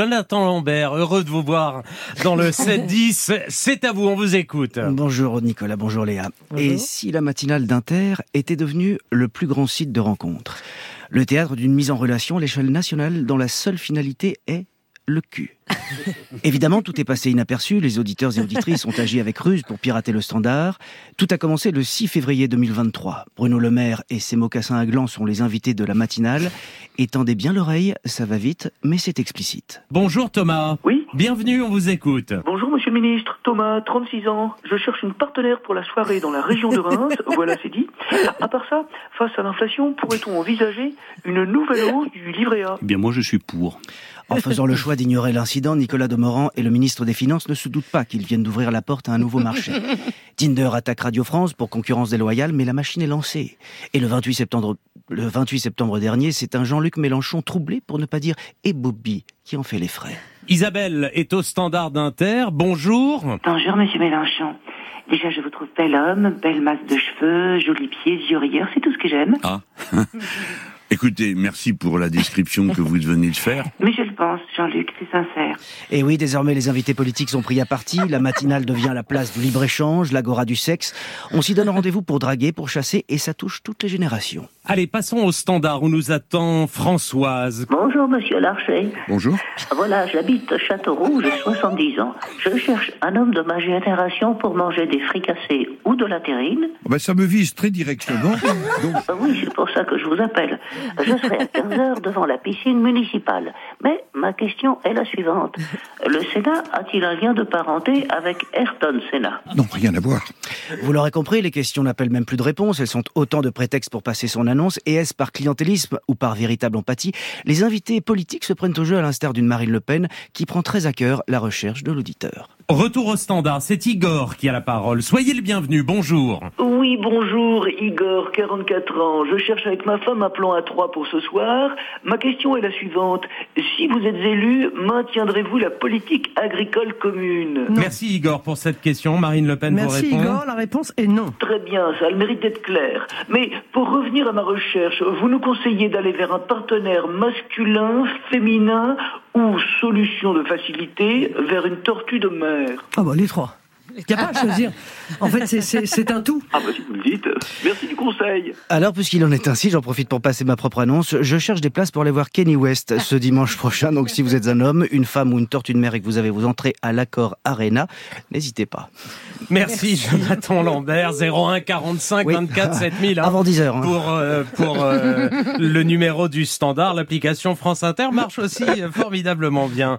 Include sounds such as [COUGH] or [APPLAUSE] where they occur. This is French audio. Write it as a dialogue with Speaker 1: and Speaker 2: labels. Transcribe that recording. Speaker 1: Jonathan Lambert, heureux de vous voir dans le 7-10. C'est à vous, on vous écoute.
Speaker 2: Bonjour Nicolas, bonjour Léa.
Speaker 3: Bonjour.
Speaker 2: Et si la matinale d'Inter était devenue le plus grand site de rencontre Le théâtre d'une mise en relation à l'échelle nationale dont la seule finalité est le cul. Évidemment, tout est passé inaperçu, les auditeurs et auditrices ont agi avec ruse pour pirater le standard. Tout a commencé le 6 février 2023. Bruno Le Maire et ses mocassins à glands sont les invités de la matinale. Et tendez bien l'oreille, ça va vite, mais c'est explicite.
Speaker 1: Bonjour Thomas.
Speaker 4: Oui.
Speaker 1: Bienvenue, on vous écoute.
Speaker 5: Eh
Speaker 4: Bonjour monsieur le ministre, Thomas, 36 ans. Je cherche une partenaire pour la soirée dans la région de
Speaker 6: [LAUGHS]
Speaker 4: Reims, voilà c'est dit. À part ça, face à l'inflation, pourrait-on envisager une nouvelle hausse du livret A
Speaker 5: Eh bien, moi, je suis pour.
Speaker 2: En faisant le choix d'ignorer l'incident, Nicolas Demorand et le ministre des Finances ne se doutent pas qu'ils viennent d'ouvrir la porte à un nouveau marché. Tinder attaque Radio France pour concurrence déloyale, mais la machine est lancée. Et le 28 septembre, le 28 septembre dernier, c'est un Jean-Luc Mélenchon troublé, pour ne pas dire et Bobby, qui en fait les frais.
Speaker 1: Isabelle est au standard d'Inter. Bonjour.
Speaker 6: Bonjour, monsieur Mélenchon. Déjà, je vous trouve bel homme, belle masse de cheveux, jolis pieds, yeux rieurs, c'est tout ce que j'aime.
Speaker 5: Écoutez, merci pour la description que vous venez de faire.
Speaker 6: Mais je le pense, Jean-Luc, c'est sincère.
Speaker 2: Et oui, désormais, les invités politiques sont pris à partie. La matinale devient la place du libre-échange, l'agora du sexe. On s'y donne rendez-vous pour draguer, pour chasser, et ça touche toutes les générations.
Speaker 1: Allez, passons au standard où nous attend Françoise.
Speaker 7: Bonjour Monsieur Larcher. Ah,
Speaker 5: Bonjour.
Speaker 7: Voilà, j'habite Châteauroux, j'ai 70 ans. Je cherche un homme de ma génération pour manger des fricassés ou de la terrine.
Speaker 8: Ben, ça me vise très directement. Donc,
Speaker 7: Euh, Oui, c'est pour ça que je vous appelle. Je serai à 15 heures devant la piscine municipale. Mais ma question est la suivante. Le Sénat a-t-il un lien de parenté avec Ayrton Sénat
Speaker 8: non, rien à voir.
Speaker 2: Vous l'aurez compris, les questions n'appellent même plus de réponse. Elles sont autant de prétextes pour passer son annonce. Et est-ce par clientélisme ou par véritable empathie Les invités politiques se prennent au jeu à l'instar d'une Marine Le Pen qui prend très à cœur la recherche de l'auditeur.
Speaker 1: Retour au standard, c'est Igor qui a la parole. Soyez le bienvenu, bonjour.
Speaker 4: Oui, bonjour, Igor, 44 ans. Je cherche avec ma femme un plan A3 pour ce soir. Ma question est la suivante. Si vous êtes élu, maintiendrez-vous la politique agricole commune
Speaker 1: Merci Igor pour cette question. Marine Le Pen
Speaker 3: Merci
Speaker 1: vous répond.
Speaker 3: Igor, la réponse est non.
Speaker 4: Très bien, ça a le mérite d'être clair. Mais pour revenir à ma recherche, vous nous conseillez d'aller vers un partenaire masculin, féminin ou solution de facilité vers une tortue de mer.
Speaker 3: Ah bah les trois. Il n'y a pas à choisir. En fait, c'est- c'est c'est un tout.
Speaker 4: Ah bah si vous le dites, merci du conseil.
Speaker 2: Alors, puisqu'il en est ainsi, j'en profite pour passer ma propre annonce. Je cherche des places pour aller voir Kenny West ce dimanche prochain. Donc, si vous êtes un homme, une femme ou une tortue de mer et que vous avez vos entrées à l'accord Arena, n'hésitez pas.
Speaker 1: Merci, Jonathan Lambert, 01 45
Speaker 2: Oui.
Speaker 1: 24 7000. hein.
Speaker 2: Avant 10 heures. hein.
Speaker 1: pour, euh, pour euh, le numéro du standard. L'application France Inter marche aussi euh, formidablement bien.